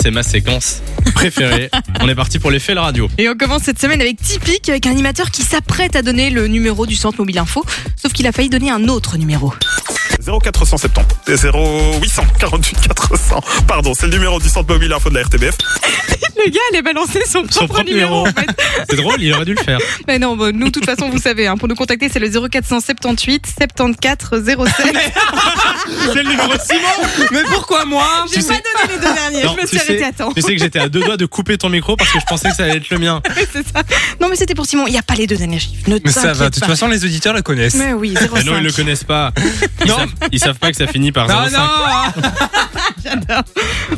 c'est ma séquence préférée. On est parti pour les faits de la radio. Et on commence cette semaine avec Typique, avec un animateur qui s'apprête à donner le numéro du centre mobile info, sauf qu'il a failli donner un autre numéro. 0470 et 0848 400. Pardon, c'est le numéro du centre mobile info de la RTBF. Le gars allait balancer son, Son propre numéro. en fait. C'est drôle, il aurait dû le faire. Mais non, bah, nous, de toute façon, vous savez, hein, pour nous contacter, c'est le 0478 74 07. C'est le numéro Simon Mais pourquoi moi J'ai pas donné les deux derniers, Non, je me suis tu sais- arrêtée à temps. Tu sais que j'étais à deux doigts de couper ton micro parce que je pensais que ça allait être le mien. Oui, c'est ça. Non, mais c'était pour Simon, il n'y a pas les deux derniers chiffres. Ne Mais ça t'inquiète va, de toute pas. façon les auditeurs le connaissent. Mais oui, Mais 05. non, ils le connaissent pas. Ils, Non. savent, ils savent pas que ça finit par Ah 05.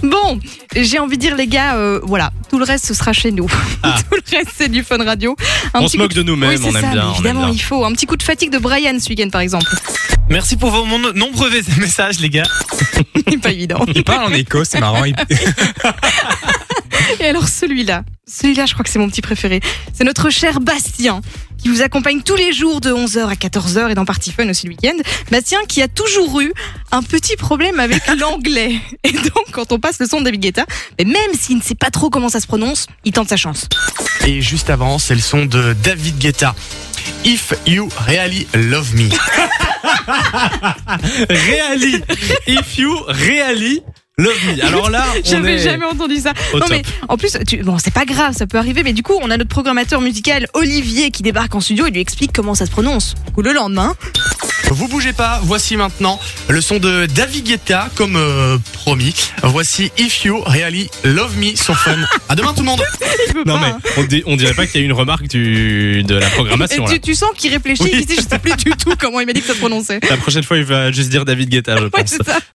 non Bon, j'ai envie de dire, les gars, euh, voilà, tout le reste, ce sera chez nous. Ah. tout le reste, c'est du fun radio. Un On petit se coup moque de nous-mêmes, Oui, c'est on, ça, aime mais bien, on aime Évidemment, bien. il faut. Un petit coup de fatigue de Brian ce week-end, par exemple. Merci pour vos mon- nombreux messages, les gars. pas évident. Il parle en écho, c'est marrant. il- Et alors, celui-là, celui-là, je crois que c'est mon petit préféré. C'est notre cher Bastien, qui vous accompagne tous les jours de 11h à 14h et dans Party Fun aussi le week-end. Bastien qui a toujours eu un petit problème avec l'anglais. Et donc, quand on passe le son de David Guetta, mais même s'il ne sait pas trop comment ça se prononce, il tente sa chance. Et juste avant, c'est le son de David Guetta. If you really love me. Réali. If you really love me. Alors là, on J'avais est jamais entendu ça. au non top. mais en plus, tu- bon c'est pas grave, ça peut arriver, mais du coup on a notre programmateur musical Olivier qui débarque en studio et lui explique comment ça se prononce. Du coup le lendemain, Vous bougez pas, voici maintenant le son de David Guetta, comme euh, promis. Voici If you really love me sur Fun. À demain tout le monde il veut Non pas, mais hein. on, di- on dirait pas qu'il y a eu une remarque du, de bah, la Et programmation. là. tu, tu sens qu'il réfléchit, Oui. qu'il dit je sais plus du tout comment il m'a dit que ça se prononçait. La prochaine fois, il va juste dire David Guetta, je Ouais, pense. c'est ça.